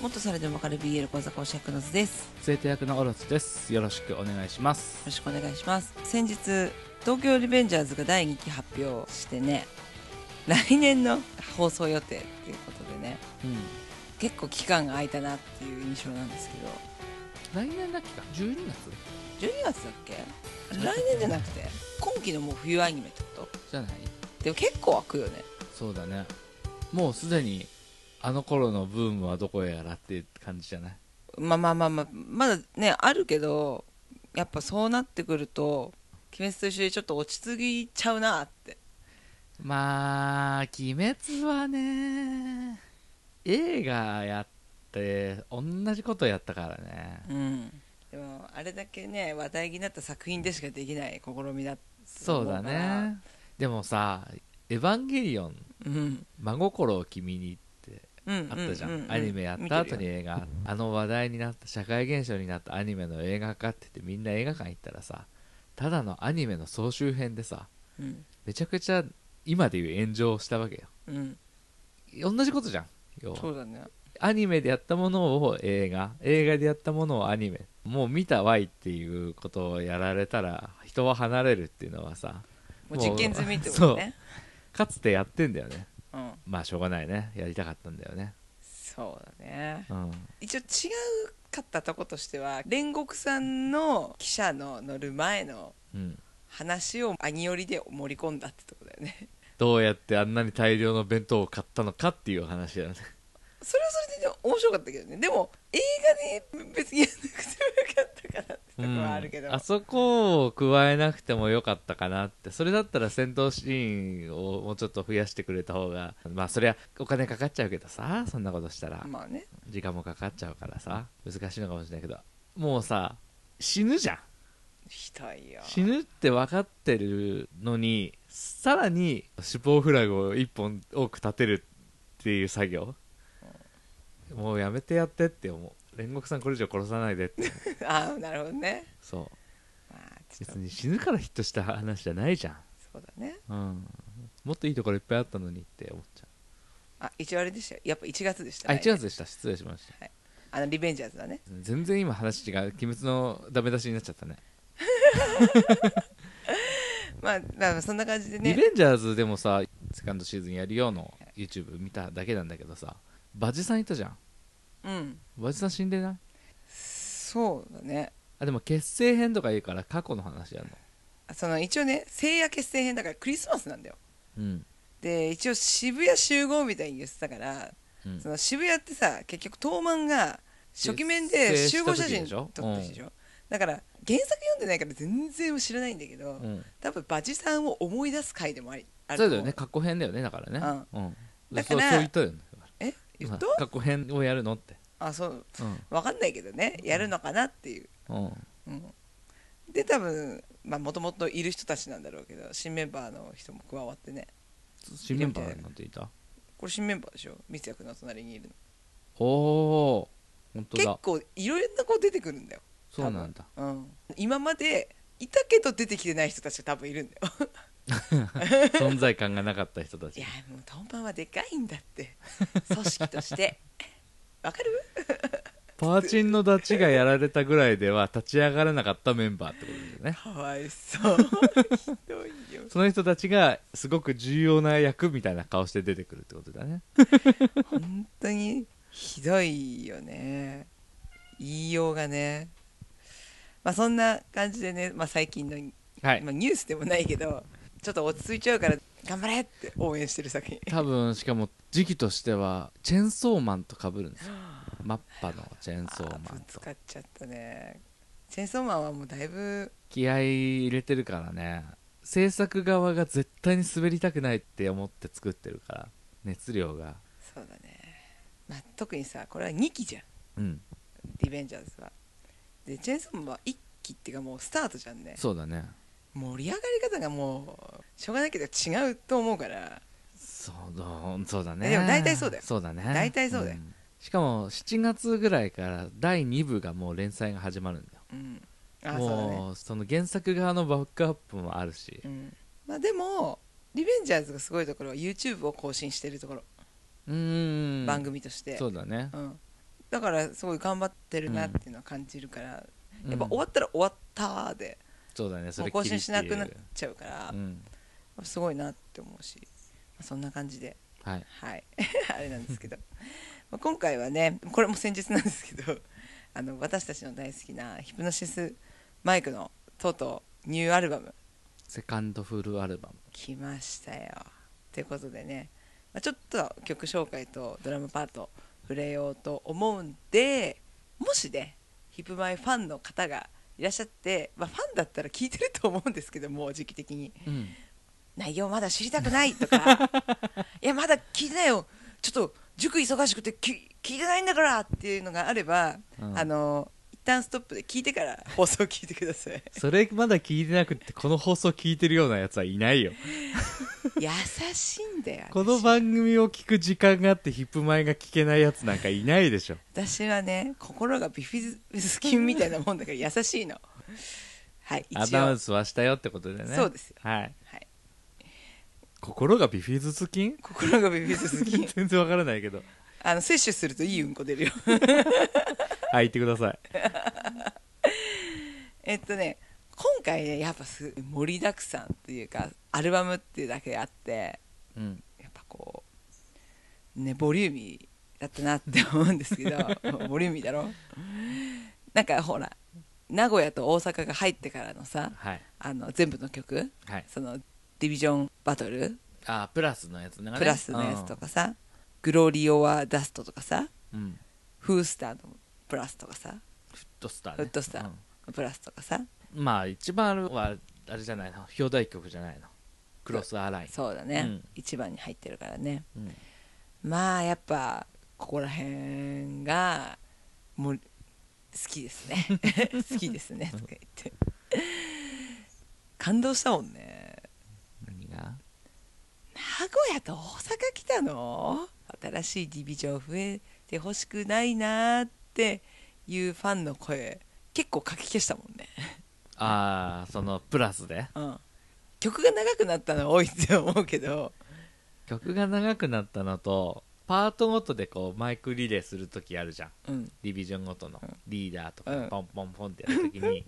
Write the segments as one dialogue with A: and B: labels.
A: もっとそれでもわかる BL 講座講師役の図ですよ
B: 生徒役のオロチですよろしくお願いします
A: ろしくお願いします先日東京リベンジャーズが第2期発表してね来年の放送予定っていうことでね
B: うん
A: 結構期間が空いたなっていう印象なんですけど
B: 来年だっけか12月
A: 12月だっけ来年じゃなくて今期のもう冬アニメってこ
B: じゃない
A: とでも結構空くよね
B: そうだねもうすでにあの頃のブームはどこへやらって感じじゃない
A: まあまあまあまあまだねあるけどやっぱそうなってくると「鬼滅」と一緒でちょっと落ち着いちゃうなって
B: まあ鬼滅はね映画やって同じことやったからね
A: うんでもあれだけね話題になった作品でしかできない試みだ
B: そうだねでもさ「エヴァンゲリオン
A: うん
B: 真心を君に」って
A: うん
B: あったじゃん,、
A: ううう
B: アニメやった後
A: 見て
B: に
A: るよ
B: 映画あの話題になった社会現象になったアニメの映画化って言ってみんな映画館行ったらさただのアニメの総集編でさ
A: うん
B: めちゃくちゃ今でいう炎上をしたわけ
A: うん
B: よ同じことじゃん要
A: そ
B: は
A: うだね
B: アニメでやったものを映画映画でやったものをアニメもう見たわいっていうことをやられたら人は離れるっていうのはさ
A: もう実験済みってことね
B: かつてやってんだよね
A: うん
B: まあしょうがないねやりたかったんだよね
A: そうだね
B: うん
A: 一応違うかったとことしては煉獄さんの記者の乗る前の
B: うん
A: 話をアニ寄りで盛り込んだってとこだよね
B: どうやってあんなに大量の弁当を買ったのかっていう話だよね
A: それはそれで、ね、面白かったけどねでも映画で別にやんなくてもよかったかなってところはあるけど、
B: うんあそこを加えなくてもよかったかなってそれだったら戦闘シーンをもうちょっと増やしてくれた方がまあそりゃお金かかっちゃうけどさそんなことしたら
A: まあね
B: 時間もかかっちゃうからさ難しいのかもしれないけどもうさ死ぬじゃん
A: ひどいよ
B: 死ぬって分かってるのにさらに死亡フラグを1本多く立てるっていう作業もうやめてやってって思う煉獄さんこれ以上殺さないでって
A: ああなるほどね
B: そう
A: まあちょっ
B: 別
A: と
B: に死ぬからヒットした話じゃないじゃ
A: そうだね
B: ん、うん、もっといいところいっぱいあったのにって思っちゃ
A: あ一応あれでしたよやっぱ1月でした
B: うあ
A: ね
B: 1月でした失礼しました
A: あのリベンジャーズだね
B: 全然今話違う鬼滅のダメ出しになっちゃったね
A: まあまあそんな感じで
B: リ
A: ね
B: ベンジャーズでもさセカンドシーズンやるようの YouTube 見ただけなんだけどさバジさんいたじゃん
A: うん
B: バジさん死んでない
A: そうだね
B: あでも結成編とか言うから過去の話やんの
A: その一応ね聖夜決戦編だからクリスマスなんだよ
B: うん、
A: で一応渋谷集合みたいに言ってたから
B: うん
A: その渋谷ってさ結局東漫が初期面で
B: 結成
A: 集合写
B: した時で
A: 真
B: し
A: 撮
B: ょ
A: ったでしょ、だから原作読んでないから全然知らないんだけど、
B: うん、
A: 多分バジさんを思い出す回でもありあると
B: そう
A: 思
B: だよね過去編だよねだからねうん、
A: だから
B: そうそう言ったよね
A: え言っと、
B: うん過去編をやるのって
A: あそう
B: うん、
A: 分かんないけどねやるのかなっていう、
B: うん、
A: うん、で多分まあもともといる人たちなんだろうけど新メンバーの人も加わってね
B: 新メンバーなんていた
A: これ新メンバーでしょ三ツ矢君の隣にいるの
B: おお本当
A: 結
B: だ
A: 構いろんな子出てくるんだよ
B: そうなんだ、
A: うん、今までいたけど出てきてない人たちが多分いるんだよ
B: 存在感がなかった人た
A: い
B: ち
A: やもう東パンはでかいんだって組織と してわかる
B: パーチンのダチがやられたぐらいでは立ち上がれなかったメンバーってことだよね
A: かわいそう ひどいよ
B: その人たちがすごく重要な役みたいな顔して出てくるってことだね
A: 本当にひどいよね言いようがねまあそんな感じでね、まあ、最近の、
B: はい
A: まあニュースでもないけどちょっと落ち着いちゃうから頑張れって応援してる 作品
B: 多分しかも時期としてはチェーンソーマンと被る んですよマッパのチェーンソーマ
A: あー
B: ン
A: ぶつ
B: と
A: かっちゃったねチェンソーマンはもうだいぶ
B: 気合い入れてるからね制作側が絶対に滑りたくないって思って作ってるから熱量が
A: そうだね、まあ、特にさこれは2期じゃん
B: うん
A: リベンジャーズはでチェーンソーマンは1期っていうかもうスタートじゃんね
B: そうだね
A: 盛り上がり方がもうしょうがないけど違うと思うから
B: そうだそうだね
A: でも大体そうだよ
B: そうだね
A: 大体そうだよ
B: んしかも7月ぐらいから第2部がもう連載が始まるんだよ
A: うんあそうだね
B: もうその原作側のバックアップもあるし、
A: うんまあでもリベンジャーズがすごいところは YouTube を更新してるところ、
B: うーん
A: 番組として
B: そうだね
A: うんだからすごい頑張ってるなっていうのは感じるから、やっぱ終
B: うん
A: わったら終わったで、
B: そうだねそ
A: もう
B: れ
A: 更
B: っきり
A: 新
B: って
A: し
B: いう
A: なくなっちゃうから
B: う、ん
A: すごいなって思うし、まあそんな感じで
B: はい
A: はい あれなんですけどまあ今回はねこれも先日なんですけどあの私たちの大好きなヒプノシスマイクのとうとうニューアルバム
B: セカンドフルアルバム
A: 来ましたよということでね、まあ、ちょっと曲紹介とドラムパート触れようと思うんでもしねヒプマイファンの方がいらっしゃって、まあ、ファンだったら聞いてると思うんですけどもう時期的に
B: うん
A: 内容まだ知りたくないと かいやまだ聞いてないよちょっと塾忙しくてき聞いてないんだからっていうのがあれば、
B: うん
A: あの一旦ストップで聞いてから放送を聞いてください
B: それまだ聞いてなくてこの放送聞いてるようなやつはいないよ
A: 優しいんだよ
B: この
A: 私
B: 番組を聞く時間があってヒップマイが聞けないやつなんかいないでしょ
A: 私はね心がビフィズス菌みたいなもんだから優しいのはい
B: ア
A: 一応、
B: ナウ
A: は
B: ンスはしたよってことでね
A: そうですよ
B: はい
A: い、
B: 心がビフィズス菌
A: 心がビフィズス菌
B: 全然わからないけど
A: あの摂取するといいうんこ出るよ
B: はい言ってください
A: えっとね今回ねやっぱすごい盛りだくさんというかアルバムっていうだけあって
B: うん
A: やっぱこうねボリューミーだったなって思うんですけ どボリューミーだろなんかほら名古屋と大阪が入ってからのさ
B: はい
A: あの全部の曲
B: はい
A: そのディビジョンバトル
B: あプラスのやつね
A: プラスのやつとかさ「グローリー・オア・ダスト」とかさ
B: うん、うん
A: 「フースター」のプラスとかさ
B: フットスタ
A: 「
B: ー、
A: フットスター」のプラスとかさ、
B: うんまあ一番あるはあれじゃないの表題曲じゃないのクロスアライン
A: そうだね、
B: うん
A: 一番に入ってるからね
B: うん、
A: まあやっぱここら辺がもう好きです ね好きですねとか言って感動したもんね
B: 何が
A: 名古屋と大阪来たの新しいディビジョン増えてほしくないなーっていうファンの声結構かき消したもんね、
B: ああそのプラスで
A: うん、曲が長くなったのは多いって思うけど
B: 曲が長くなったのとパートごとでこうマイクリレーする時あるじゃん
A: うん
B: ディビジョンごとの
A: うん
B: リーダーと
A: う
B: か
A: ん
B: ポンポンポンってやる時に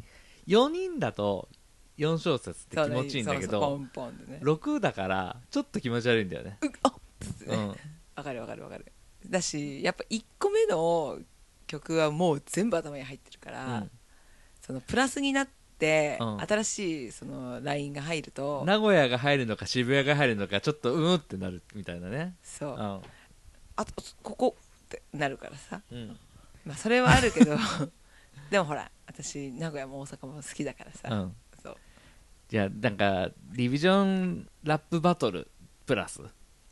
B: 4 人だと4小節って気持ちいいんだけ
A: そうそうポ
B: ど
A: ンポンでね
B: 6だからちょっと気持ち悪いんだよね
A: うあっつって
B: う
A: ね
B: ん
A: わかるわかるわかるだしやっぱ1個目の曲はもう全部頭に入ってるから、そのプラスになって、
B: うん
A: 新しいそのラインが入る
B: うん
A: と
B: 名古屋が入るのか渋谷が入るのかちょっとうんってなるみたいなね
A: そううんあとここってなるからさ、
B: うん
A: まあ、それはあるけど でもほら私名古屋も大阪も好きだからさ、
B: うん
A: そう
B: じゃあなんかリビジョンラップバトルプラス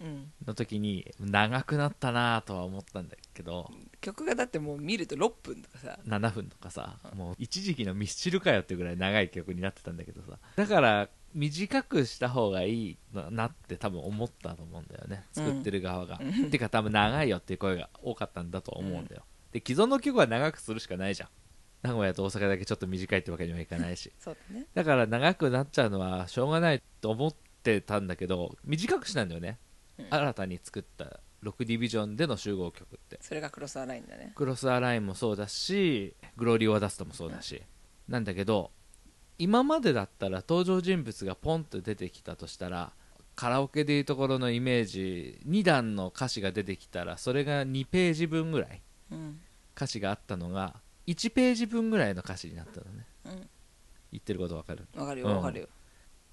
A: うん、
B: の時に長くなったなとは思ったんだけど
A: 曲がだってもう見ると6分とかさ
B: 7分とかさもう一時期のミスチルかよってぐらい長い曲になってたんだけどさだから短くした方がいいなって多分思ったと思うんだよね
A: うん
B: 作ってる側が、てか多分長いよっていう声が多かったんだと思うんだよ、で既存の曲は長くするしかないじゃん名古屋と大阪だけちょっと短いってわけにはいかないし
A: そうだね
B: だから長くなっちゃうのはしょうがないと思ってたんだけど短くしたんだよね、
A: うん
B: 新たに作った6ディビジョンでの集合曲って
A: それがクロスアラインだね
B: クロスアラインもそうだしグローリー・オア・ダストもそうだし、なんだけど今までだったら登場人物がポンと出てきたとしたらカラオケでいうところのイメージ2段の歌詞が出てきたらそれが2ページ分ぐらい
A: うん
B: 歌詞があったのが1ページ分ぐらいの歌詞になったのね
A: うん
B: 言ってることわかる
A: わかるよ
B: うん
A: わかるよ、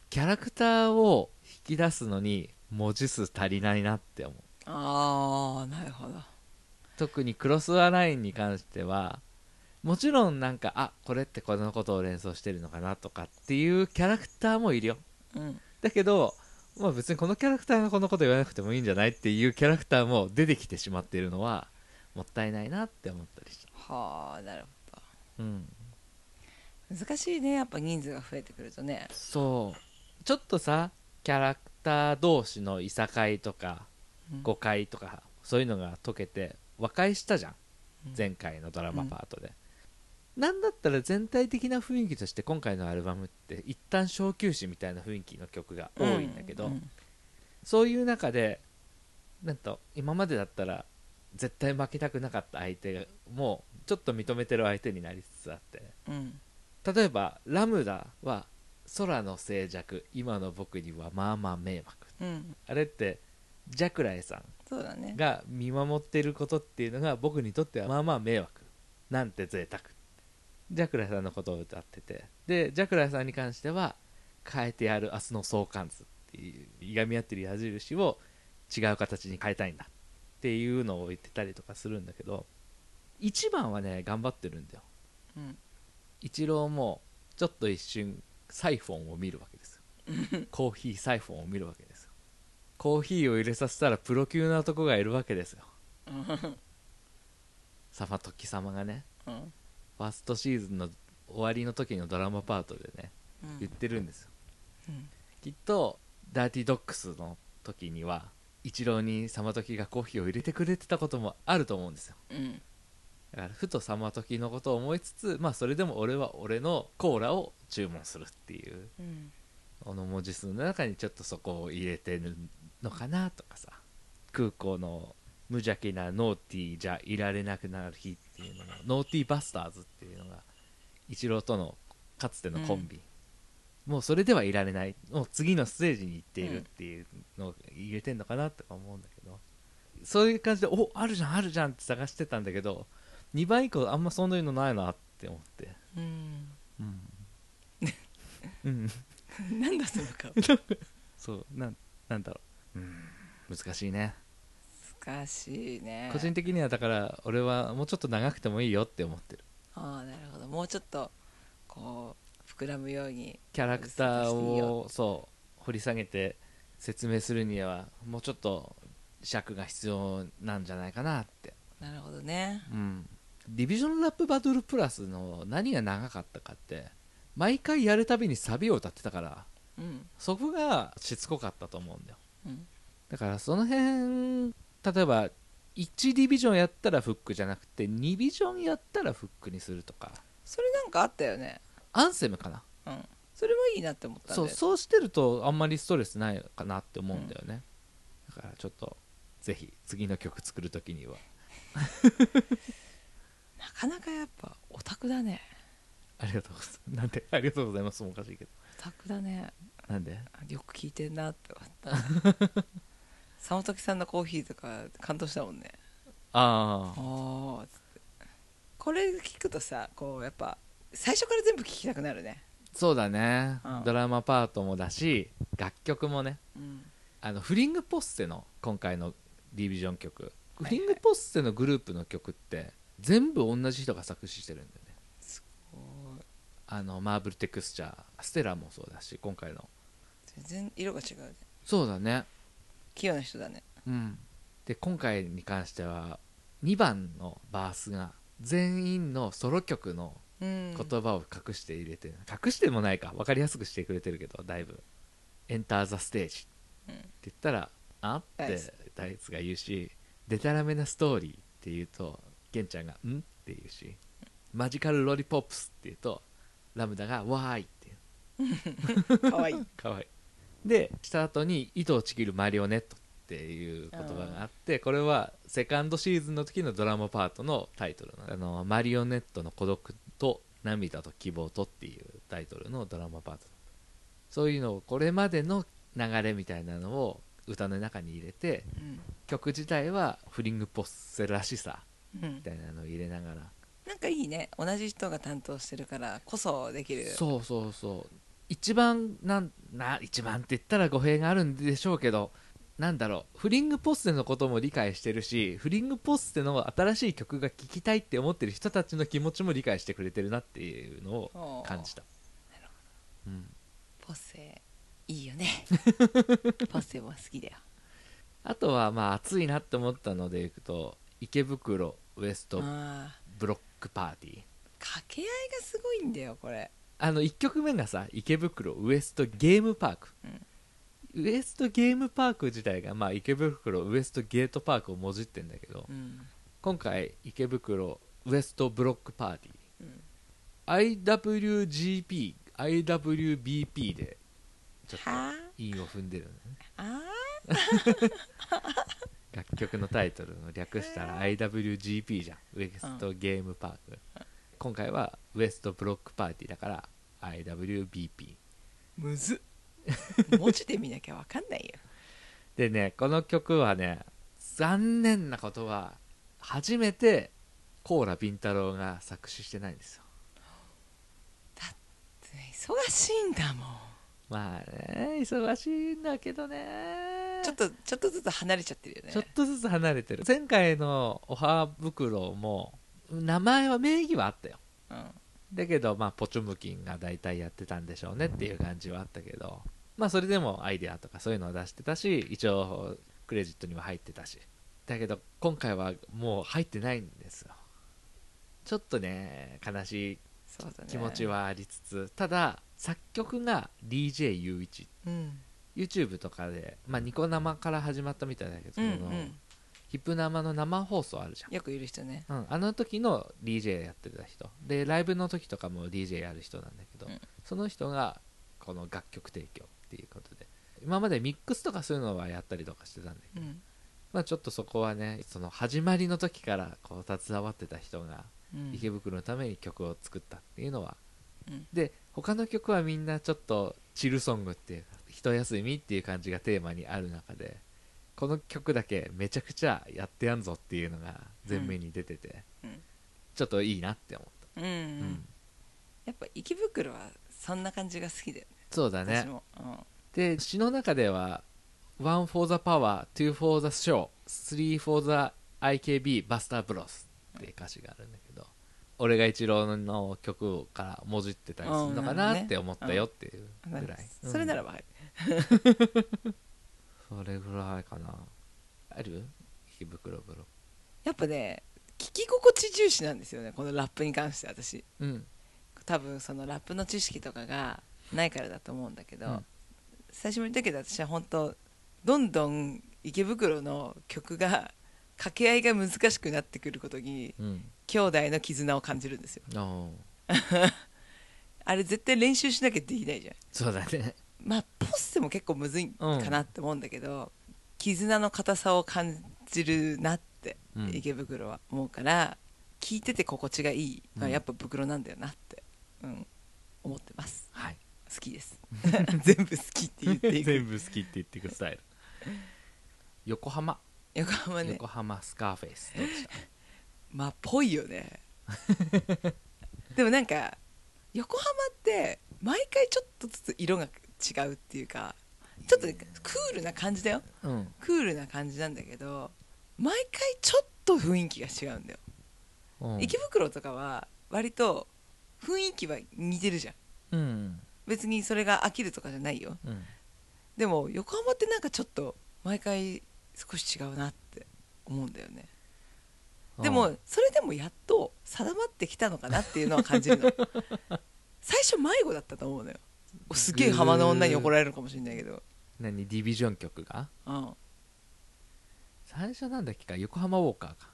B: キャラクターを引き出すのに文字数足りないなって思う
A: ああなるほど
B: 特にクロスアラインに関してはもちろんなんかあこれってこのことを連想してるのかなとかっていうキャラクターもいるよ
A: うん
B: だけど、まあ、別にこのキャラクターがこのこと言わなくてもいいんじゃないっていうキャラクターも出てきてしまっているのはもったいないなって思ったりした、
A: はあなるほど
B: うん、
A: 難しいねやっぱ人数が増えてくるとね
B: そうちょっとさキャラクター同士のいさかいとか
A: うん
B: 誤解とかそういうのが解けて和解したじゃん
A: うん
B: 前回のドラマパートで、なんだったら全体的な雰囲気として今回のアルバムって一旦小休止みたいな雰囲気の曲が多いんだけど、
A: うん
B: そういう中でなんと今までだったら絶対負けたくなかった相手がもうちょっと認めてる相手になりつつあって
A: うん
B: 例えばラムダは空の静寂今の僕にはまあまあ迷惑
A: うん
B: あれってジャクラエさ
A: そうだね
B: んが見守ってることっていうのが僕にとってはまあまあ迷惑なんて贅沢ジャクラエさんのことを歌っててでジャクラエさんに関しては変えてやる明日の相関図っていういがみ合ってる矢印を違う形に変えたいんだっていうのを言ってたりとかするんだけど一番はね頑張ってるんだよ
A: うん
B: 一郎もちょっと一瞬サイフォンを見るわけですよコーヒーサイフォンを見るわけですよコーヒーを入れさせたらプロ級な男がいるわけですよサファトキ様がね
A: うん
B: ファーストシーズンの終わりの時のドラマパートでね
A: うん
B: 言ってるんですよ
A: うん
B: きっとダーティドックスの時には一郎にサマトキがコーヒーを入れてくれてたこともあると思うんですよ
A: うん
B: だからふとサマトキのことを思いつつまあそれでも俺は俺のコーラを注文するっていう
A: うん
B: この文字数の中にちょっとそこを入れてるのかなとかさ空港の無邪気なノーティーじゃいられなくなる日っていうのがノーティーバスターズっていうのがイチローとのかつてのコンビ、もうそれではいられないもう次のステージに行っているっていうのを入れてんのかなとか思うんだけど、そういう感じでおあるじゃんあるじゃんって探してたんだけど2番以降あんまそんなのないなって思って
A: うん
B: うんうん
A: なんだその顔
B: そうなんなんだろう、難しいね
A: 難しいね
B: 個人的にはだから俺はもうちょっと長くてもいいよって思ってる
A: ああなるほどもうちょっとこう膨らむように
B: キャラクターをそう掘り下げて説明するにはもうちょっと尺が必要なんじゃないかなって
A: なるほどね
B: うんディビジョンラップバトルプラスの何が長かったかって毎回やるたびにサビを歌ってたから
A: うん
B: そこがしつこかったと思うんだよ
A: うん
B: だからその辺例えば1ディビジョンやったらフックじゃなくて2ビジョンやったらフックにするとか
A: それなんかあったよね
B: アンセムかな
A: うんそれもいいなって思ったんだ
B: そ
A: よ
B: う
A: ね
B: そうしてるとあんまりストレスないかなって思うんだよね、だからちょっとぜひ次の曲作る時には
A: なかなかやっぱオタクだね
B: ありがとうございますなんでありがとうございますもおかしいけど
A: オタクだね
B: なんで
A: あよく聞いてんなって思った サマトキさんのコーヒーとか感動したもんね
B: ああ
A: ああこれ聞くとさこうやっぱ最初から全部聞きたくなるね
B: そうだね、
A: うん
B: ドラマパートもだし楽曲もね
A: うん
B: あのフリングポッセの今回のディビジョン曲
A: い
B: フ
A: はい
B: リングポッセのグループの曲って全部同じ人が作詞してるんだよね
A: こう
B: あのマーブルテクスチャーステラもそうだし今回の
A: 全然色が違うね
B: そうだね
A: 器用な人だね
B: うんで今回に関しては2番のバースが全員のソロ曲の
A: うん
B: 言葉を隠して入れてる、隠してもないか分かりやすくしてくれてるけどだいぶ「エンター・ザ・ステージ」
A: うん
B: って言ったら「あ?」っ
A: ダイ
B: て
A: ス
B: ダイツが言うし「でたらめなストーリー」って言うとケンちゃんが「ん?」って言うし「マジカル・ロリポップス」って言うとラムダが「わーい」って言う
A: か わいい
B: かわいいでした後に「糸をちぎるマリオネット」っていう言葉があってこれはセカンドシーズンの時のドラマパートのタイトルなのあの「マリオネットの孤独と涙と希望と」っていうタイトルのドラマパートそういうのをこれまでの流れみたいなのを歌の中に入れて
A: うん
B: 曲自体はフリングポッセらしさ
A: うん
B: みたいなのを入れながら
A: なんかいいね同じ人が担当してるからこそできる
B: そうそうそう一番なんな一番って言ったら語弊があるんでしょうけどなんだろうフリングポッセのことも理解してるしフリングポッセの新しい曲が聴きたいって思ってる人たちの気持ちも理解してくれてるなっていうのを
A: おー
B: 感じた
A: なるほ
B: うん
A: ポッセいいよね ポッセも好きだよ
B: あとはまあ暑いなって思ったのでいくと池袋ウエスト
A: ああ
B: ブロックパーティー
A: 掛け合いがすごいんだよこれ
B: あの1曲目がさ池袋ウエストゲームパーク、ウエストゲームパーク自体が、まあ、池袋ウエストゲートパークをもじってんだけど、
A: うん
B: 今回池袋ウエストブロックパーティ
A: う
B: ー
A: ん
B: IWGP、IWBP でちょっ
A: はあ
B: と韻を踏んでるのね
A: ああ
B: 楽曲のタイトルの略したら IWGP じゃんウエストゲームパーク、今回はウエストブロックパーティーだから IWBP
A: むずっ文字で見なきゃわかんないよ
B: でねこの曲はね残念なことは初めてコーラビンタロウが作詞してないんですよ
A: 忙しいんだもん
B: まあね忙しいんだけどね
A: ちょっとちょっとずつ離れちゃってるよね
B: ちょっとずつ離れてる前回のおは袋も名前は名義はあったよ
A: うん
B: だけどまあポチョムキンが大体やってたんでしょうねっていう感じはあったけどまあそれでもアイデアとかそういうのは出してたし一応クレジットには入ってたしだけど今回はもう入ってないんですよちょっとね悲しい
A: そうだね
B: 気持ちはありつつ、ただ作曲が DJU1
A: うん、
B: YouTube とかで、まあ、ニコ生から始まったみたいだけど、
A: うんう
B: その
A: ん、
B: ヒップ生の生放送あるじゃん
A: よくいる人ね
B: うん、あの時の DJ やってた人でライブの時とかも DJ やる人なんだけど、
A: うん
B: その人がこの楽曲提供っていうことで今までミックスとかそういうのはやったりとかしてたんだけど、
A: うん
B: まあ、ちょっとそこはねその始まりの時からこう携わってた人が
A: うん
B: 池袋のために曲を作ったっていうのは、
A: うん
B: で他の曲はみんなちょっとチルソングっていうか一休みっていう感じがテーマにある中でこの曲だけめちゃくちゃやってやんぞっていうのが前面に出てて、
A: うん
B: ちょっといいなって思っ
A: うん、
B: た、うん
A: やっぱ池袋はそんな感じが好きだよね
B: そうだ
A: 私
B: ね
A: も、うん
B: で詩の中では「1 for the power 2 for the show 3 for the IKB バスターブロス」っていう歌詞があるんだけど、俺が一郎の曲からもじってたりするのか
A: うんなるほど
B: な
A: ね
B: って思ったよっていうぐらい、うん
A: それならば入る
B: それぐらいかなある池袋ブロ
A: やっぱね聞き心地重視なんですよねこのラップに関して私
B: うん
A: 多分そのラップの知識とかがないからだと思うんだけど、
B: うん
A: 久しぶりだけど私は本当どんどん池袋の曲が掛け合いが難しくなってくることに
B: うん
A: 兄弟の絆を感じるんですよ
B: おー
A: あれ絶対練習しなきゃできないじゃん
B: そう だね
A: まあポッセも結構むずいかなって思うんだけど、絆の硬さを感じるなって、
B: うん
A: 池袋は思うから聞いてて心地がいいのは
B: うん
A: やっぱ袋なんだよなって、うん、思ってます
B: はい
A: 好きです 全部好きって言っていく
B: 全部好きって言ってくス タイル横浜、
A: 横浜ね
B: 横浜スカーフェイスどうでした
A: まあぽいよ ねでもなんか横浜って毎回ちょっとずつ色が違うっていうかちょっとねクールな感じだよ
B: うん
A: クールな感じなんだけど毎回ちょっと雰囲気が違うんだよ、
B: うん
A: 池袋とかは割と雰囲気は似てるじゃん
B: うん
A: 別にそれが飽きるとかじゃないよ
B: うん
A: でも横浜ってなんかちょっと毎回少し違うなって思うんだよねで
B: う
A: も
B: ん
A: それでもやっと定まってきたのかなっていうのは感じる の最初迷子だったと思うのよおすげえ浜の女に怒られるかもしれないけど、
B: 何ディビジョン曲が
A: うんうん
B: 最初なんだっけか横浜ウォーカーか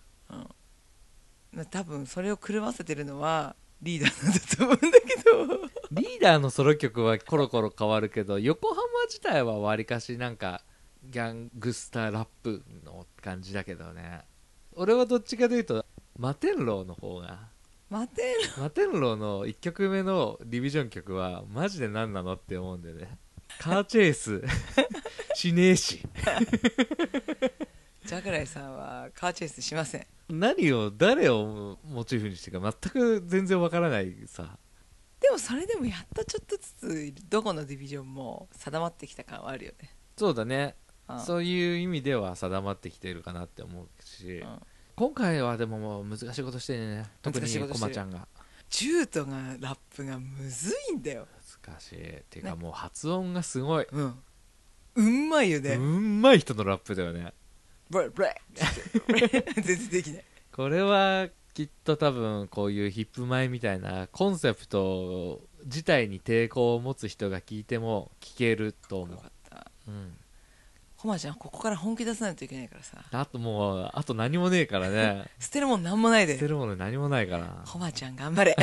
A: まあ、多分それを狂わせてるのはリーダーなんだと思うんだけど
B: リーダーのソロ曲はコロコロ変わるけど横浜自体はわりかしなんかギャングスターラップの感じだけどね俺はどっちかというとマテンローの方が
A: 待てる
B: マテンローの1曲目のディビジョン曲はマジで何なのって思うんだよねカーチェイス しねえし
A: ジャグライさんはカーチェイスしません
B: 何を誰をモチーフにしてるか全く全然わからないさ
A: でもそれでもやっとちょっとずつどこのディビジョンも定まってきた感はあるよね
B: そうだね
A: うん
B: そういう意味では定まってきてるかなって思うし、
A: うん
B: 今回はでももう難しいことしてるね特
A: 難しいこと
B: にこ
A: して
B: ま
A: る
B: ちゃんが
A: ジュートがラップがむずいんだよ
B: 難しいっていう
A: ね
B: かもう発音がすごい、
A: うんうんまいよね、
B: うんまい人のラップだよね
A: ブレブレッつって全然できない
B: これはきっと多分こういうヒップ前みたいなコンセプト自体に抵抗を持つ人が聞いても聞けると
A: よ
B: 思
A: かった
B: う、うん、
A: コマちゃんここから本気出さないといけないからさ
B: あともうあと何もねえからね
A: 捨てるもんなんもない
B: 捨て
A: で
B: るもの何もないから
A: コマちゃん頑張れ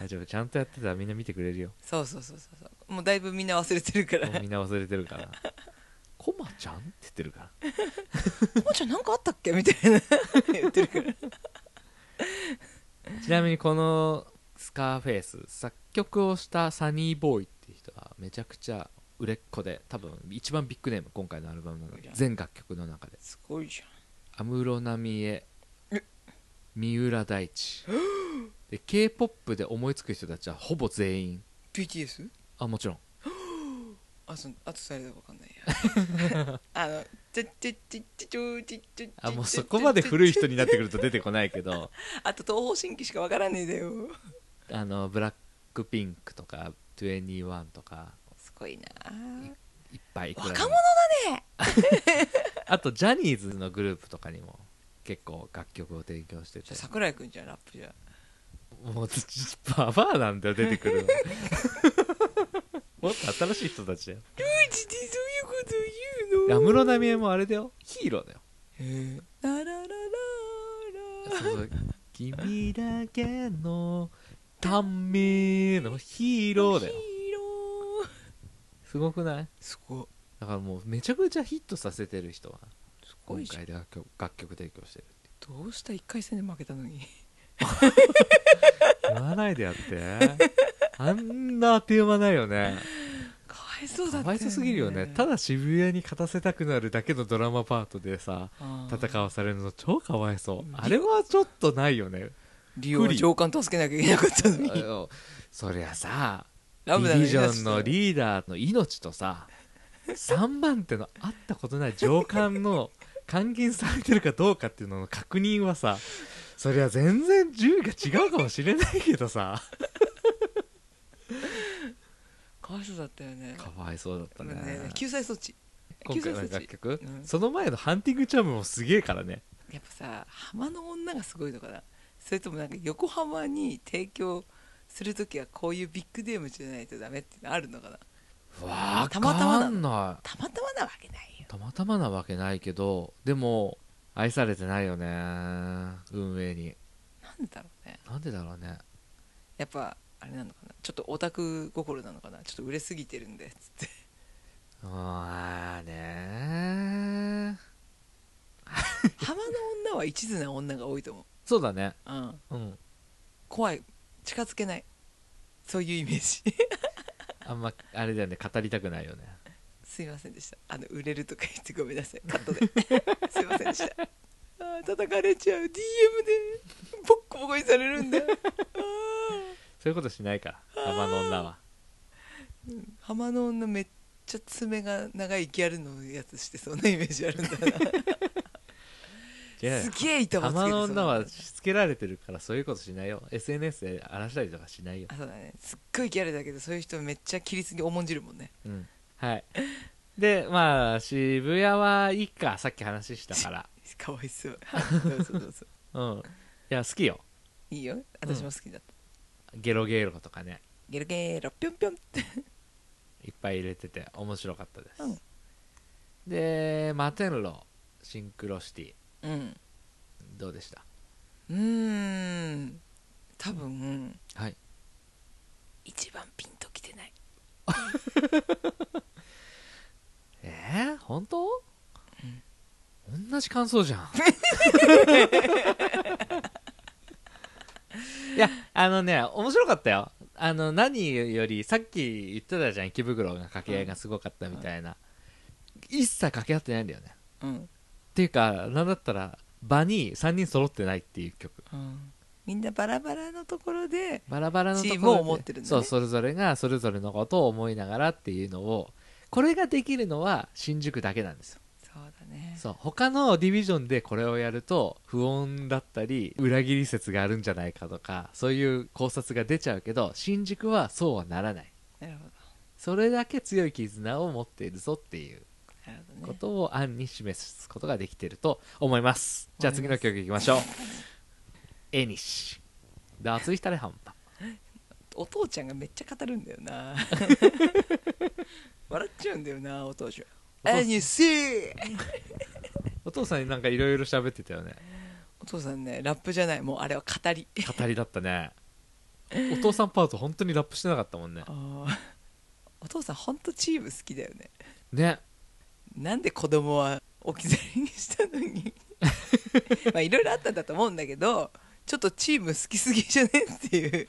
B: 大丈夫ちゃんとやってたらみんな見てくれるよ
A: そうそうそうそうそうもうだいぶみんな忘れてるか
B: もう
A: ら
B: みんな忘れてるからこコマちゃんって言ってるから
A: 「コマちゃんなんかあったっけ?」みたいな言ってるから
B: ちなみにこのスカーフェイス作曲をしたサニーボーイっていう人はめちゃくちゃ売れっ子で多分一番ビッグネーム今回のアルバムの中で全楽曲の中です
A: ごいじゃん
B: 安室奈美恵
A: え
B: 三浦 大知で k p o p で思いつく人たちはほぼ全員
A: BTS?
B: あもちろん
A: あそあと誰だかわかんない やあのちょちょちょちょちょちょちょ
B: あもうそこまで古い人
A: に
B: になってくると出てこないけど
A: あと東方神起しかわからねえだよ
B: あのブラックピンクとか21とか
A: すごいない
B: っぱいいくらでも
A: 若者だね
B: あとジャニーズのグループとかにも結構楽曲を提供して
A: じゃ
B: て
A: あ桜井くんじゃんラップじゃん
B: もうババアなんだよ出て くるのもっと新しい人たちだよ
A: うちでそういうこと言う
B: 安室奈美恵もあれだよヒーローだよ
A: へえラララララ
B: そうそう君だけのためのヒーローだよ
A: ヒーロー
B: すごくない
A: すご
B: だからもうめちゃくちゃヒットさせてる人は
A: すご
B: 今
A: いじゃん
B: 回で楽曲楽曲提供してるって
A: どうした1回戦で負けたのに
B: 言わないでやってあんな当てようがないよね
A: かわいそうだ
B: か
A: った
B: わいそうすぎるよねただ渋谷に勝たせたくなるだけのドラマパートでさ戦わされるの超かわいそうあれはちょっとない よね
A: リオは上官助けなきゃいけなかったの
B: あ
A: に
B: のそりゃさ
A: ラムダの
B: ディビジ
A: 命
B: ョンのリーダーの命とさ3番手の会ったことない上官の監禁されてるかどうかっていうのの確認はさそりゃ全然順位が違うかもしれないけどさ
A: かわいそうだったよね
B: かわいそうだったね
A: ね救済措置
B: 今回の楽曲、
A: 救済措置うん
B: その前のハンティングチャームもすげえからね
A: やっぱさ浜の女がすごいのかなそれともなんか横浜に提供する時はこういうビッグデームじゃないとダメっていうのあるのかな
B: わ
A: たまたまなの
B: かんない
A: たまたまなわけないよ
B: たまたまなわけないけどでも愛されてないよね運営に
A: なんでだろうね
B: なんでだろうね
A: やっぱあれなのかなちょっとオタク心なのかなちょっと売れすぎてるんでつって
B: うーんあーねー
A: 浜の女は一途な女が多いと思
B: そうだね
A: う、うん、
B: うん
A: 怖い近づけないそういうイメージ
B: あんまあれだよね語りたくないよね
A: すいませんでしたあの売れるとか言ってごめんなさいカ ットですいませんでしたあー叩かれちゃう DM でボッコボコにされるんだよあ
B: そういうことしないから浜の女は
A: ー浜の女めっちゃ爪が長いギャルのやつしてそんなイメージあるんだ
B: 違う
A: な
B: よ
A: すげえ板をつけて
B: 浜の
A: そう
B: 女
A: な
B: はしつけられてるからそういうことしないよ SNS で荒らしたりとかしないよ
A: あそうだねすっごいギャルだけどそういう人めっちゃ規律に重んじるもんね
B: うんはいでまあ渋谷はいいかさっき話したから
A: かわい そうはいどうぞどうぞ
B: うんいや好きよ
A: いいよ私も好きだった、
B: ゲロゲロとかね
A: ゲロゲロピョンピョンって
B: いっぱい入れてて面白かったです、
A: うん
B: でマテンロシンクロシティ
A: うん
B: どうでした
A: うーん多分
B: はい
A: 一番ピンときてない
B: えー、本当、同じ感想 じゃんいやあのね面白かったよあの何よりさっき言ってたじゃん池袋が掛け合いがすごかったみたいな、一切掛け合ってないんだよね
A: うん、
B: っていうかなんだったら場に3人揃ってないっていう曲
A: うん、みんなバラバラのところで
B: バラバラのところで
A: チームを持ってるんだね
B: そうそれぞれがそれぞれのことを思いながらっていうのをこれができるのは新宿だけなんですよ
A: そうだね
B: そう他のディビジョンでこれをやると不穏だったり裏切り説があるんじゃないかとかそういう考察が出ちゃうけど新宿はそうはならない
A: なるほど
B: それだけ強い絆を持っているぞっていう
A: なるほど
B: こ
A: ね
B: とを案に示すことができてると思いますじゃあ次の曲いきましょう「えにし」「脱衣したれ半端」
A: お父ちゃんがめっちゃ語るんだよ な笑っちゃうんだよなお父ちゃん
B: お父さん
A: And you see
B: お父さんになんかいろいろ喋ってたよね
A: お父さんねラップじゃないもうあれは語り
B: 語りだったねお父さんパート本当にラッ プしてなかったもんね
A: あーお父さんほんとチーム好きだよね
B: ね
A: なんで子供は置き去りにしたの にまあいろいろあったんだと思うんだけどちょっとチーム好きすぎじゃねっていう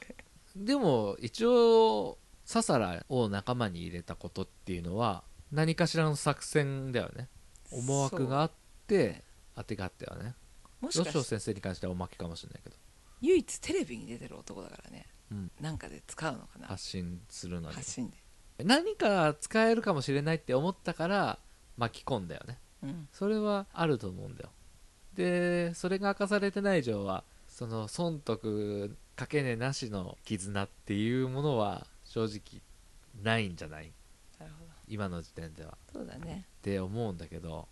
B: でも一応ササラを仲間に入れたことっていうのは何かしらの作戦だよね思惑があって当てがあったよね
A: もし
B: 吉
A: か
B: 野
A: して
B: 先生に関してはおまけかもしれないけど、
A: 唯一テレビに出てる男だからね
B: うん、
A: なんかで使うのかな
B: 発信するのに
A: 発信で、
B: 何か使えるかもしれないって思ったから巻き込んだよね
A: うん、
B: それはあると思うんだよでそれが明かされてない以上はその損得かけねなしの絆っていうものは正直ないんじゃない
A: なるほ
B: 今の時点ではっ
A: どそうだね
B: て思うんだけど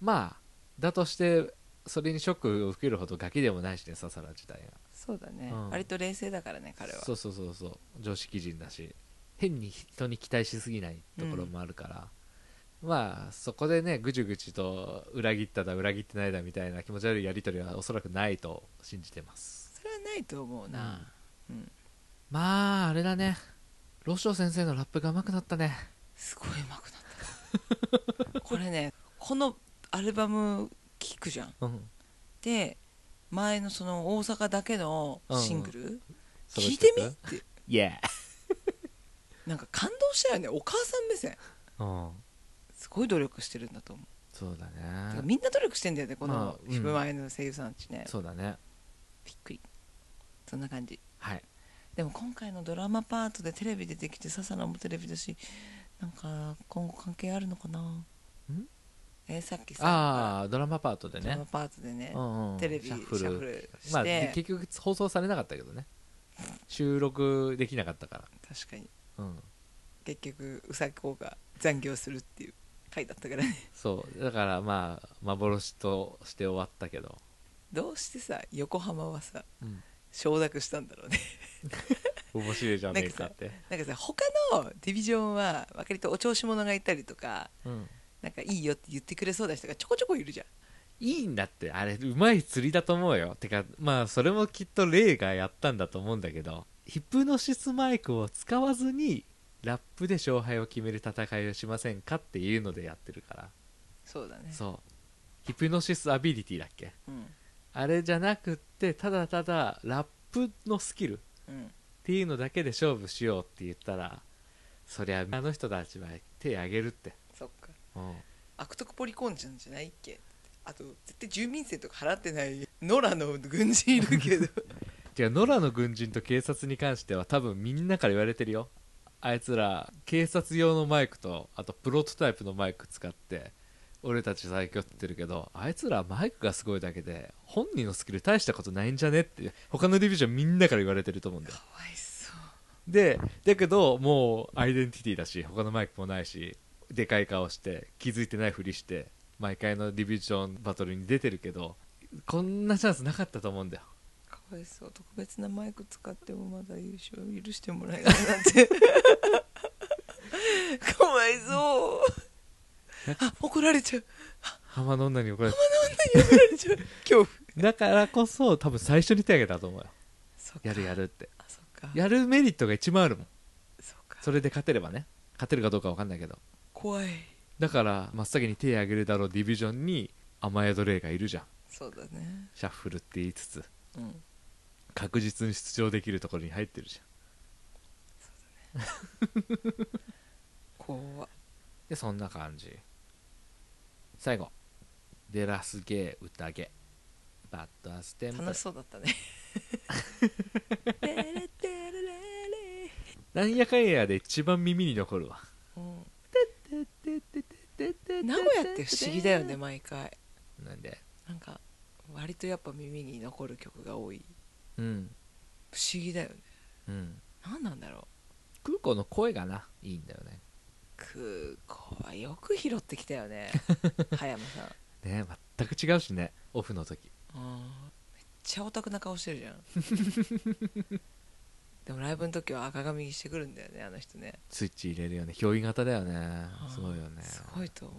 B: まあだとしてそれにショックを受けるほどガキでもないしねササラ自体
A: そうだね、
B: うん
A: 割と冷静だからね
B: が
A: 彼は
B: そうそうそうそう常識人だし変に人に期待しすぎないところもあるから、まあそこでねぐちゅぐちゅと裏切っただ裏切ってないだみたいな気持ち悪いやり取りはおそらくないと信じてます
A: それはないと思うな、うん
B: まああれだねロショー先生のラップが上手くなったね
A: すごいうまくなったこれねこのアルバム聴くじゃん
B: うん
A: で前のその大阪だけのシングル、
B: 揃
A: 聞
B: っ
A: い
B: ち
A: て
B: ゃっ
A: み
B: た
A: って
B: イエ
A: なんか感動したよねお母さん目線
B: ーうん
A: すごい努力してるんだと思う
B: そうだ
A: てか
B: ね
A: みんな努力してんだよねこ
B: まあ
A: の
B: うん
A: ヒブマイの声優さんたちね、
B: そうだね
A: びっくりそんな感じ
B: はい
A: でも今回のドラマパートでテレビ出てきて笹野もテレビだしなんか今後関係あるのかなえさっきさ
B: ああドラマパートで
A: ドラ
B: ね
A: マパートでね、
B: うんうん
A: テレビシャッフルして、
B: まあ、結局放送されなかったけどね収録できなかったか
A: 確かに
B: ら、うん、
A: 結局うさこが残業するっていう回だったからね
B: そうだからまあ幻として終わったけど、
A: どうしてさ横浜はさ
B: うん、
A: 承諾したんだろうね
B: 面白いじゃねえかって
A: なんかさ他のディビジョンは割とお調子者がいたりとか
B: うん、
A: なんかいいよって言ってくれそうな人がちょこちょこいるじゃん
B: いいんだってあれうまい釣りだと思うよてかまあそれもきっとレイがやったんだと思うんだけどヒプノシスマイクを使わずにラップで勝敗を決める戦いをしませんかっていうのでやってるから
A: そうだね
B: そうヒプノシスアビリティだっけ
A: うん
B: あれじゃなくってただただラップのスキルっ
A: うん
B: ていうのだけで勝負しようって言ったらそりゃあの人たちは手あげるって、
A: そっか
B: うん、
A: 悪徳ポリコンちゃんじゃないっけあと絶対住民税とか払ってない野良の軍人いるけ ど
B: てか野良の軍人と警察に関しては多分みんなから言われてるよあいつら警察用のマイクとあとプロトタイプのマイク使って俺たち最強って言ってるけどあいつらマイクがすごいだけで本人のスキル大したことないんじゃねって他のディビジョンみんなから言われてると思うんだよ
A: かわいそう
B: でだけどもうアイデンティティだし他のマイクもないしでかい顔して気づいてないふりして毎回のディビジョンバトルに出てるけどこんなチャンスなかったと思うんだよ
A: かわいそう特別なマイク使ってもまだ優勝許してもらえないなん てかわいそうあ怒られちゃう
B: 浜の女に怒られ
A: 怒られちゃう恐怖
B: ただからこそ多分最初に手挙げたと思うよ
A: そっか
B: やるやるって
A: あそっか
B: やるメリットが一番あるもん
A: そっか
B: それで勝てればね勝てるかどうか分かんないけど
A: 怖い
B: だから真っ先に手挙げるだろうディビジョンに雨宿霊がいるじゃん
A: そうだね
B: シャッフルって言いつつ
A: うん
B: 確実に出場できるところに入ってるじゃん
A: 怖
B: でそんな感じ最後「デラスゲー宴」「バッドアステンプ
A: 楽しそうだ ったねテレテレレレ」
B: なんやかんやで一番耳に残るわ
A: うん名古屋って不思議だよね毎回
B: なんで
A: なんか割とやっぱ耳に残る曲が多い
B: うん
A: 不思議だよね
B: うん
A: 何なんだろう
B: 空港の声がないいんだよね
A: 空港はよく拾ってきたよ ね葉山さん
B: ね全く違うしねオフの時
A: あーめっちゃオタクな顔してる じゃんでもライブの時は赤髪にしてくるんだよねあの人ね
B: スイッチ入れるよね憑依型だよねすごいよ
A: あー
B: ね
A: すごいと思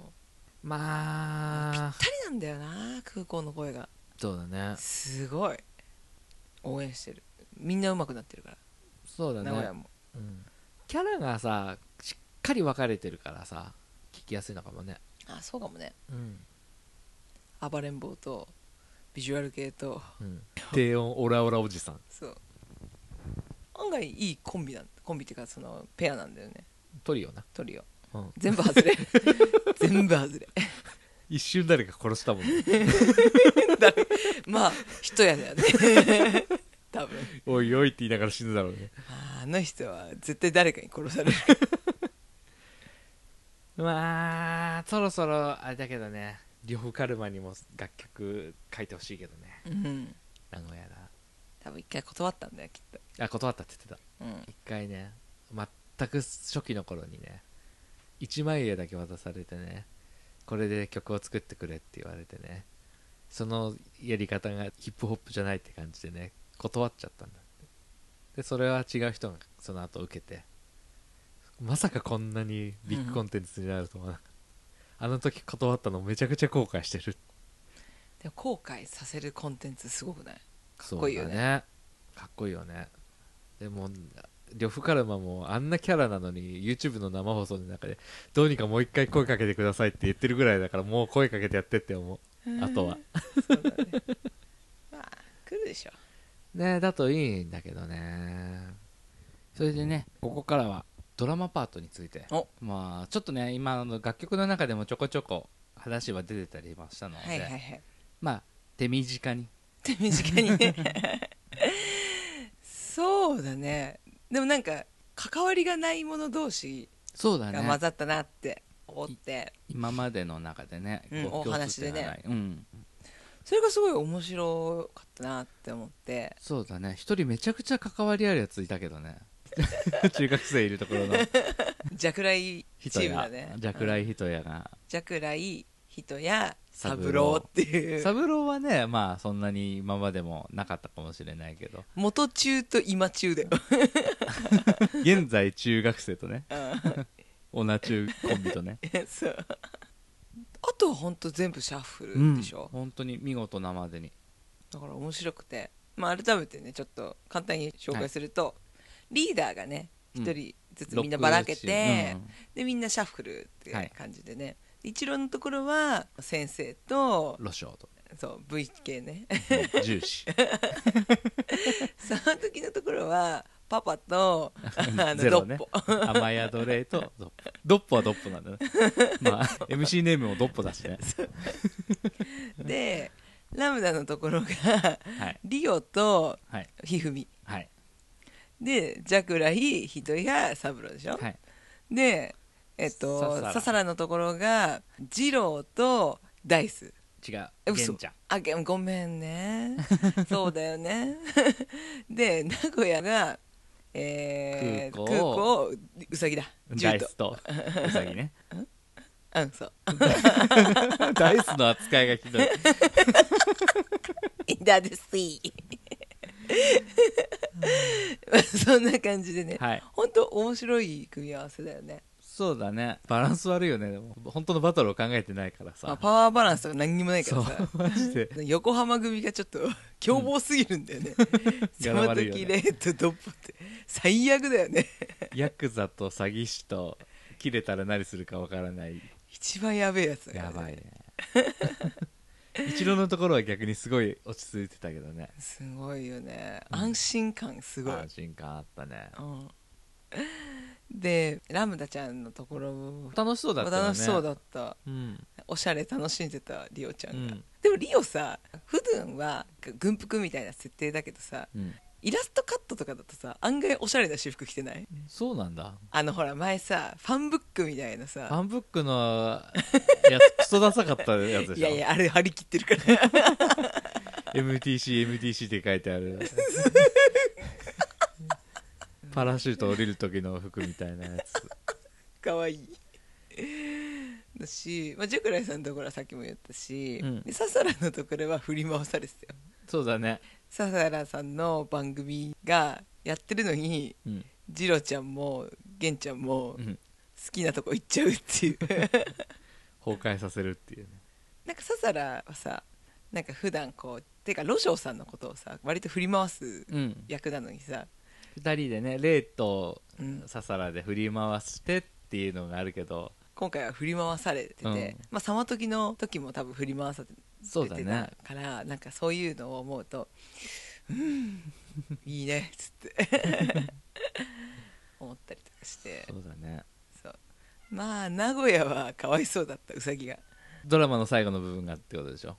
A: う
B: まあ
A: ぴったりなんだよな空港の声が
B: そうだね
A: すごい応援してるみんな上手くなってるから
B: そうだね
A: 名古屋も
B: うんキャラがさしっかり分かれてるからさ聞きやすいのかもね
A: あそうかもね
B: うん
A: 暴れん坊とビジュアル系と
B: うん、低音オラオラおじさん
A: そう案外いいコンビなんコンビっていうかそのペアなんだよね
B: トリオな、
A: トリオ
B: うん、
A: 全部外れ 全部外れ
B: 一瞬誰か殺したもん ね
A: まあ人やだよね 多分
B: おいおいって言いながら死ぬだろうね
A: あーあの人は絶対誰かに殺される
B: まあそろそろあれだけどね呂布カルマにも楽曲書いてほしいけどね
A: うん
B: 名古屋
A: 多分一回断ったんだよきっと
B: だあ断ったって言って
A: うん
B: た一回ね全く初期の頃にね1枚絵だけ渡されてねこれで曲を作ってくれって言われてねそのやり方がヒップホップじゃないって感じでね断っちゃったんだってでそれは違う人がその後受けてまさかこんなにビッグコンテンツになるとはなかった、あの時断ったのめちゃくちゃ後悔してる
A: でも後悔させるコンテンツすごくない
B: か
A: っこいいよね
B: かっこいいよねでも呂布カルマもあんなキャラなのに YouTube の生放送の中でどうにかもう一回声かけてくださいって言ってるぐらいだからもう声かけてやってって思うあとは
A: そうだねまあ来るでしょ
B: ねだといいんだけどね
C: それでねここからはドラマパートについて
A: お
C: まあちょっとね今の楽曲の中でもちょこちょこ話は出てたりましたので、
A: はいはいはい
C: まあ手短に
A: 手短にねそうだねでもなんか関わりがない者同士
C: そうだ
A: が混
C: ね
A: ざったなって思って
C: 今までの中でね、
A: うん
C: こう
A: お話で
C: 共通
A: ね
C: 点がないうん、
A: それがすごい面白かったなって思って
C: そうだね一人めちゃくちゃ関わりあるやついたけど ね
B: 中学生いるところの
A: 弱雷チ
C: 人
A: ーム
C: や
A: だね
C: 弱雷人やが、
A: 弱雷人や
C: サ
A: 三
C: ブ
A: 郎
C: ロー
A: っていう
C: 三郎はねまあそんなに今までもなかったかもしれないけど
A: 元中と今中だよ
C: 現在中学生とね
A: う
C: オナ中コンビとね
A: んそうあとは本当全部シャッフルでしょ、
C: 本当に見事なまでに
A: だから面白くて、まあ、改めてねちょっと簡単に紹介すると、リーダーがね
C: うん
A: 一人ずつみんなばらけて、
C: 六
A: でみんなシャッフルって
C: はい
A: 感じでね、一郎のところは先生と
C: うんロショー と
A: そう VK ね
C: 重視
A: その時のところはパパ とあの
C: ゼ
A: ド
C: ロね
A: ッポ
C: 雨宿れとドッポドッポはドッポなんだねまあ MC ネームもドッポだし ね
A: でラムダのところが
C: はい
A: リオと
C: はい
A: ひふみ
C: はい
A: でジャクライヒトやサブロでしょ、
C: はい
A: でえっと
C: ササラ
A: ササラのところがジローとダイス
C: 違うゲ
A: え嘘
C: ンちゃん
A: あげごめんね そうだよね で名古屋が、えー、
C: 空港
A: 空港うさぎだ
C: ダイ
A: と
C: スとウサギね
A: うんそう
C: ダイスの扱いがひどい
A: インダーです いまあそんな感じでね、
C: はい
A: 本当面白い組み合わせだよね、
C: そうだねバランス悪いよねでも本当のバトルを考えてないから
A: まあ、
C: さ
A: パワーバランスとか何にもないか
C: そ
A: ら
C: う
A: さ
C: マジで
A: 横浜組がちょっと凶暴すぎるんだよね、そ
C: 柄
A: の
C: 悪いよ
A: 時
C: ね
A: レイとドッポって最悪だよね
C: ヤクザと詐欺師と切れたら何するかわからない
A: 一番やべえやつだから
C: や
A: ね
C: ばい ね一郎のところは逆にすごい落ち着いてたけどね
A: すごいよね安心感すごい、
C: 安心感あったね
A: うんでラムダちゃんのところも
C: 楽しそうだったよね
A: 楽しそうだった
C: うん
A: おしゃれ楽しんでたリオちゃんが、
C: うん
A: でもリオさ普段は軍服みたいな設定だけどさ
C: うん
A: イラストカットとかだとさ案外おしゃれな私服着てない
C: そうなんだ
A: あのほら前さファンブックみたいな
C: フ
A: さ
C: ァンブックのやつクソダサかったやつでしょ
A: いやいやあれ張り切ってるから
C: MTCMTC って書いてあ るパラシュート降りる時の服みたいなやつ
A: かわいいだし、まあ、ジュクライさんのところはさっきも言ったし、
C: うん
A: でササラのところは振り回されてたよ
C: そうだね
A: ササラさんの番組がやってるのに
C: うん、
A: ジロちゃんもゲンちゃんも
C: う
A: 好
C: ん、
A: きなとこ行っちゃうっていう
C: 崩壊させるっていうね
A: なんかササラはさなんか普段こうてかロショウさんのことをさ割と振り回す
C: うん
A: 役なのにさ
C: 2人でねレイと
A: うん
C: ササラで振り回してっていうのがあるけど
A: 今回は振り回されてて、
B: うん
A: まあ「ま時の時も多分振り回されて
B: そう
A: 出
B: だ
A: て
B: ね
A: たから、なんかそういうのを思うと「うんいいね」っつって 思ったりとかして
B: そうだね
A: そうまあ名古屋はかわいそうだったうさぎが
B: ドラマの最後の部分がってことでしょ、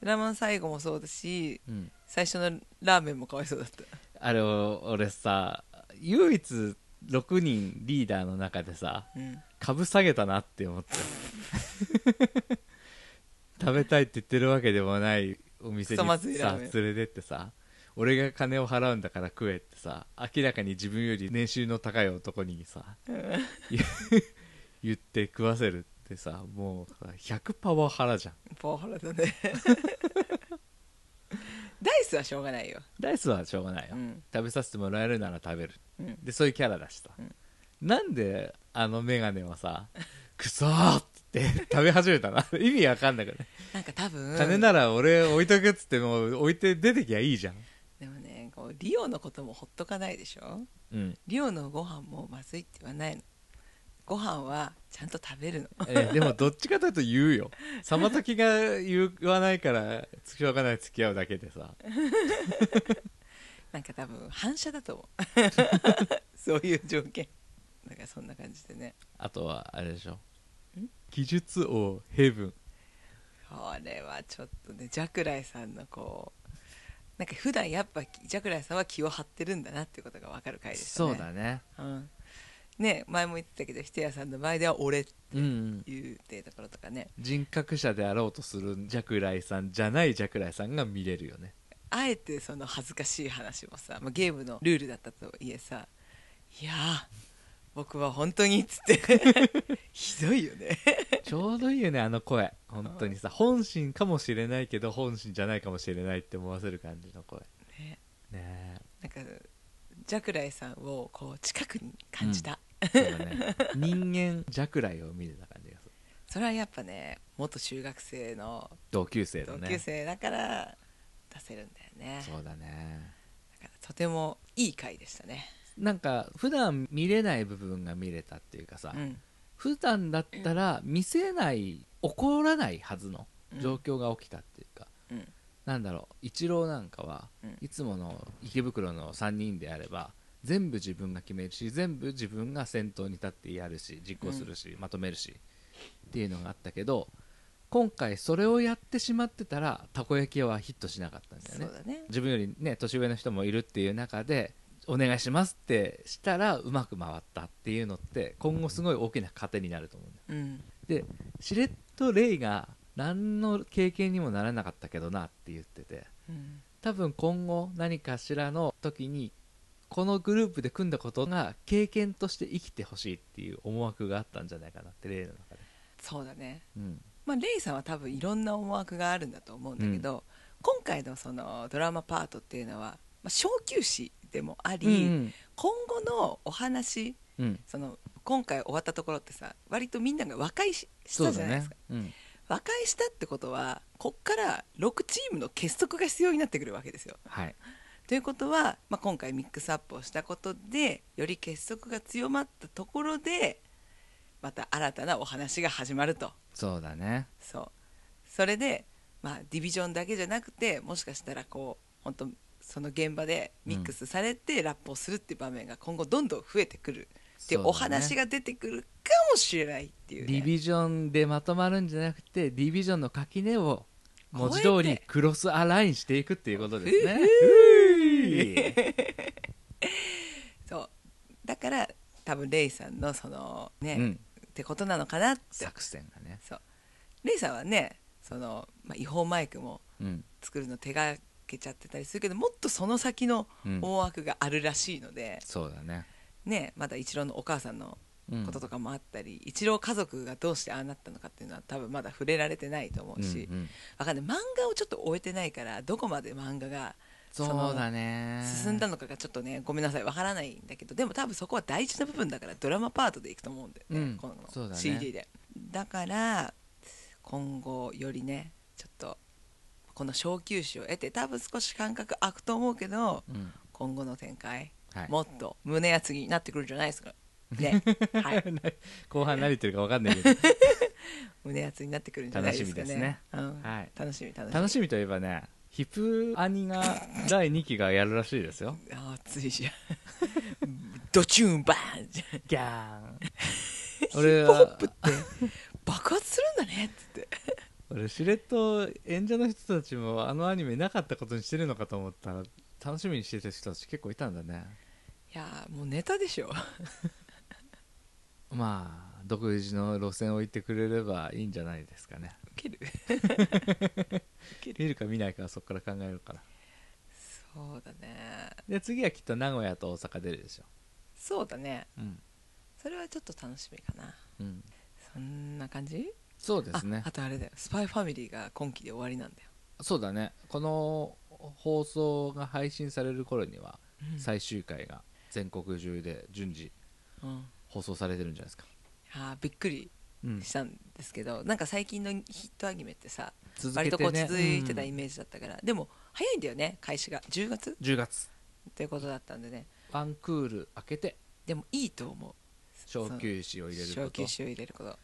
A: ドラマの最後もそうだし
B: うん、
A: 最初のラーメンもかわいそうだった
B: あれを俺さ唯一6人リーダーの中でさ
A: うん
B: 株下げたなって 思って食べたいって言ってるわけでもないお店
A: ク
B: に
A: ソまずいラ
B: さ
A: ーメン
B: 連れてってさ俺が金を払うんだから食えってさ明らかに自分より年収の高い男にさ言う言って食わせるってさもう100パワハラじゃん
A: パワハラだね ダイスはしょうがないよ
B: ライスはしょうがないよ、
A: うん
B: 食べさせてもらえるなら食べる
A: うん
B: でそういうキャラだしさ、
A: うん
B: なんであのメガネはさ「くそー!」って言って食べ始めたの 意味わかんなくない、
A: なんか多分
B: 金なら俺置いとくっつってもう置いて出てきゃいいじゃん
A: でもねこうリオのこともほっとかないでしょ
B: うん、
A: リオのご飯もまずいって言わないのご飯はちゃんと食べるの
B: えでもどっちかというと言うよさまときが言う言わないからしょうがない付き合うだけでさ
A: なんか多分反射だと思う そういう条件だからそんな感じでね
B: あとはあれでしょ技術王ヘブン
A: これはちょっとねジャクライさんのこうなんか普段やっぱジャクライさんは気を張ってるんだなっていうことが分かる回でしたね
B: ね
A: うん、ね前も言ってたけど人屋さんの前では俺って
B: うん、うん、
A: 言うっていうところとかね
B: 人格者であろうとするジャクライさんじゃないジャクライさんが見れる よね
A: あえてその恥ずかしい話もさ、まあ、ゲームのルールだったとはいえさ「いやー僕は本当に」っつって ひどいよね
B: ちょうどいいよねあの声本当にさ本心かもしれないけど本心じゃないかもしれないって思わせる感じの声ね
A: ね
B: え
A: なんかジャクライさんをこう近くに感じた、
B: そうだね人間ジャクライを見れた感じがする
A: それはやっぱね元中学生の
B: 同級生だ
A: 同
B: ね
A: 級生だから出せるんだよね
B: そうだね
A: だからとてもいい回でしたね
B: なんか普段見れない部分が見れたっていうかさ、
A: うん
B: 普段だったら見せない怒らないはずの
A: うん
B: 状況が起きたっていうか、
A: うん
B: なんだろう一郎なんかは、
A: うん
B: いつもの池袋の3人であれば全部自分が決めるし全部自分が先頭に立ってやるし実行するし、まとめるしっていうのがあったけど今回それをやってしまってたらたこ焼き屋はヒットしなかったんだよ
A: そ
B: ね
A: うだね
B: 自分よりね年上の人もいるっていう中でお願いしますってしたらうまく回ったっていうのって今後すごい大きな糧になると思うんだよ
A: うん
B: でしれっとレイが何の経験にもならなかったけどなって言ってて
A: うん
B: 多分今後何かしらの時にこのグループで組んだことが経験として生きてほしいっていう思惑があったんじゃないかなってレイの中で、
A: そうだね
B: うん、
A: まあ、レイさんは多分いろんな思惑があるんだと思うんだけど、今回のそのドラマパートっていうのは、まあ、小休止でもあり、
B: うん
A: 今後のお話
B: うんうん
A: その今回終わったところってさ割とみんなが和解しし
B: そ
A: た
B: う
A: じゃ
B: だ
A: ないで
B: ね
A: すか、、
B: うん、
A: 和解したってことはこっから6チームの結束が必要になってくるわけですよ。
B: はい
A: ということは、まあ、今回ミックスアップをしたことでより結束が強まったところでまた新たなお話が始まると。
B: そうだね
A: そうそれで、まあ、ディビジョンだけじゃなくてもしかしたらこう本当その現場でミックスされてラップをするっていう場面が今後どんどん増えてくるっていう
B: そうだね
A: お話が出てくるかもしれないっていう、
B: デ
A: ね
B: ィビジョンでまとまるんじゃなくてディビジョンの垣根を文字通りクロスアラインしていくっていうことですねふい
A: そうだから多分レイさんのそのね、
B: うん
A: ってことなのかなって
B: 作戦がね、
A: そうレイさんはねその、まあ、違法マイクも
B: うん、
A: 作るの手がけちゃってたりするけどもっとその先の思惑があるらしいので、
B: そうだね、
A: ねまだ一郎のお母さんの
B: うん
A: こととかもあったり、一郎家族がどうしてああなったのかっていうのは多分まだ触れられてないと思うし、
B: うんうん
A: わかんない漫画をちょっと終えてないからどこまで漫画が
B: そうだね
A: その進んだのかがちょっとねごめんなさいわからないんだけどでも多分そこは大事な部分だからドラマパートでいくと思うんだよね、
B: うん
A: こ
B: そうだ
A: の
B: ね
A: CD でだ,、から今後よりねちょっとこの小休止を得て多分少し間隔空くと思うけど
B: うん
A: 今後の展開、
B: はい
A: もっと胸厚になってくるんじゃないですかねはい
B: 後半何言ってるか分かんな いけど
A: 胸熱になってくるんじゃないですかねうん
B: はい
A: 楽しみ楽しみ
B: 楽しみといえばねヒプアニが第2期がやるらしいです よ
A: あー熱いじゃんドチューンバーンじゃん
B: ギャーン
A: ヒ
B: 俺
A: ップホッ
B: は
A: プって爆発するんだねっつって
B: 俺しれっと演者の人たちもあのアニメなかったことにしてるのかと思ったら楽しみにしてた人たち結構いたんだね
A: いやーもうネタでしょ
B: まあ独自の路線を行ってくれればいいんじゃないですかね
A: ウケる
B: 見るか見ないかはそこから考えるから
A: そうだね
B: で次はきっと名古屋と大阪出るでしょ
A: そうだね
B: うん、
A: それはちょっと楽しみかな
B: うん、
A: そんな感じ
B: そうですね
A: ああとあれだよスパイファミリーが今期で終わりなんだよ、
B: そうだねこの放送が配信される頃には
A: うん
B: 最終回が全国中で順次
A: うん
B: 放送されてるんじゃないですか、
A: あーびっくり
B: うん
A: したんですけど、なんか最近のヒットアニメってさ
B: 続
A: 割とこう
B: ね
A: 続いてた
B: う
A: イ
B: ん
A: メージだったから、でも早いんだよね開始が10月
B: 10月
A: っていうことだったんでね
B: ワンクール開けて
A: でもいいと思う
B: 小休止を入れる
A: 小
B: こと
A: 休止を入れること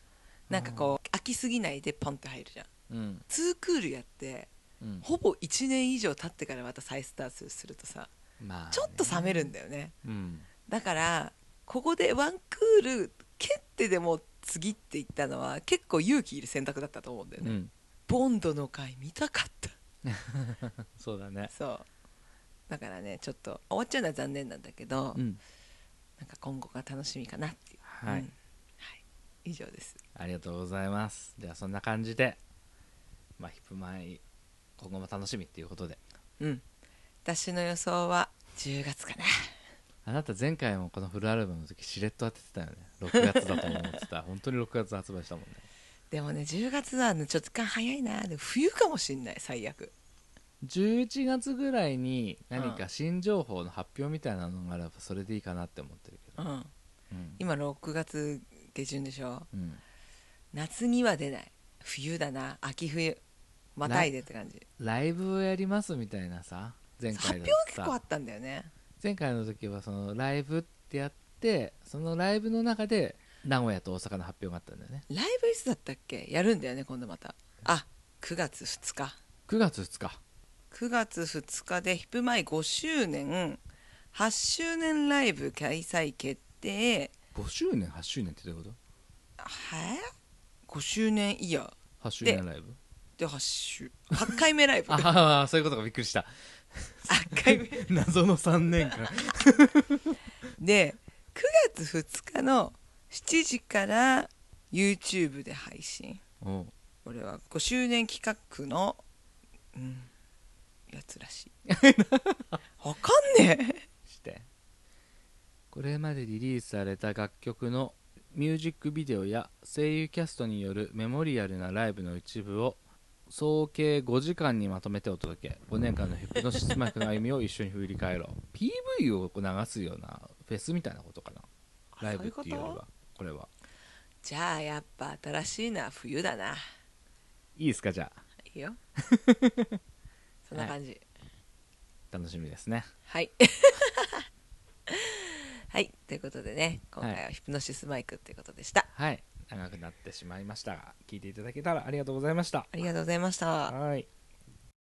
A: なんかこう飽きすぎないでポンって入るじゃん
B: うん
A: 2クールやって
B: うん
A: ほぼ1年以上経ってからまた再スタートするとさ
B: まあね
A: ちょっと冷めるんだよね
B: うん
A: だからここでワンクール蹴ってでも次って言ったのは結構勇気いる選択だったと思うんだよ
B: う
A: ね、
B: ん
A: ボンドの回見たかっ
B: そうだね
A: たそうだからねちょっと終わっちゃうのは残念なんだけど、
B: うん
A: なんか今後が楽しみかなっていう
B: はい
A: うんはい以上です
B: ありがとうございますではそんな感じでまあヒップマイ今後も楽しみっていうことで
A: うん私の予想は10月かな
B: あなた前回もこのフルアルバムの時しれっと当ててたよね6月だと思っ てた本当に6月発売したもんね
A: でもね10月はねちょっと時間早いなでも冬かもしんない最悪
B: 11月ぐらいに何か新情報の発表みたいなのがあればそれでいいかなって思ってるけ
A: う
B: ど、
A: ん
B: うん
A: 今6月下旬でしょ
B: うん
A: 夏には出ない冬だな秋冬またいでって感じ
B: ライブをやりますみたいなさ前
A: 発
B: 回だ
A: 表
B: と
A: 結構あ
B: さ
A: ったんだよね
B: 前回の時はそのライブってやってそのライブの中で名古屋と大阪の発表があったんだよね
A: ライブいつだったっけやるんだよね今度またあ9月2日
B: 9月2日
A: 9月2日でヒップマイ5周年8周年ライブ開催決定
B: 5周年8周年ってどういうこ
A: は5周年イヤー
B: と8周年ライブ
A: で8周8回目ライブ8
B: ああそういうことがびっくりした
A: 回目
B: 謎の3年間
A: で9月2日の7時から YouTube で配信
B: うん
A: 俺は5周年企画の、うん、やつらし いわかんねえ
B: してこれまでリリースされた楽曲のミュージックビデオや声優キャストによるメモリアルなライブの一部を総計5時間にまとめてお届け5年間のヒップのシスマイクの歩みを一緒に振り返ろう PV を流すようなフェスみたいなことかな
A: あ
B: ライブっていうより
A: そういうこ
B: はこれは
A: じゃあやっぱ新しいのは冬だない
B: いですかじゃあ
A: いい よそんな感じ
B: 楽しみですね
A: はいはいということでね今回はヒプノシスマイクっていうことでした、
B: はい長くなってしまいましたが聞いていただけたらありがとうございました
A: ありがとうございました
B: はい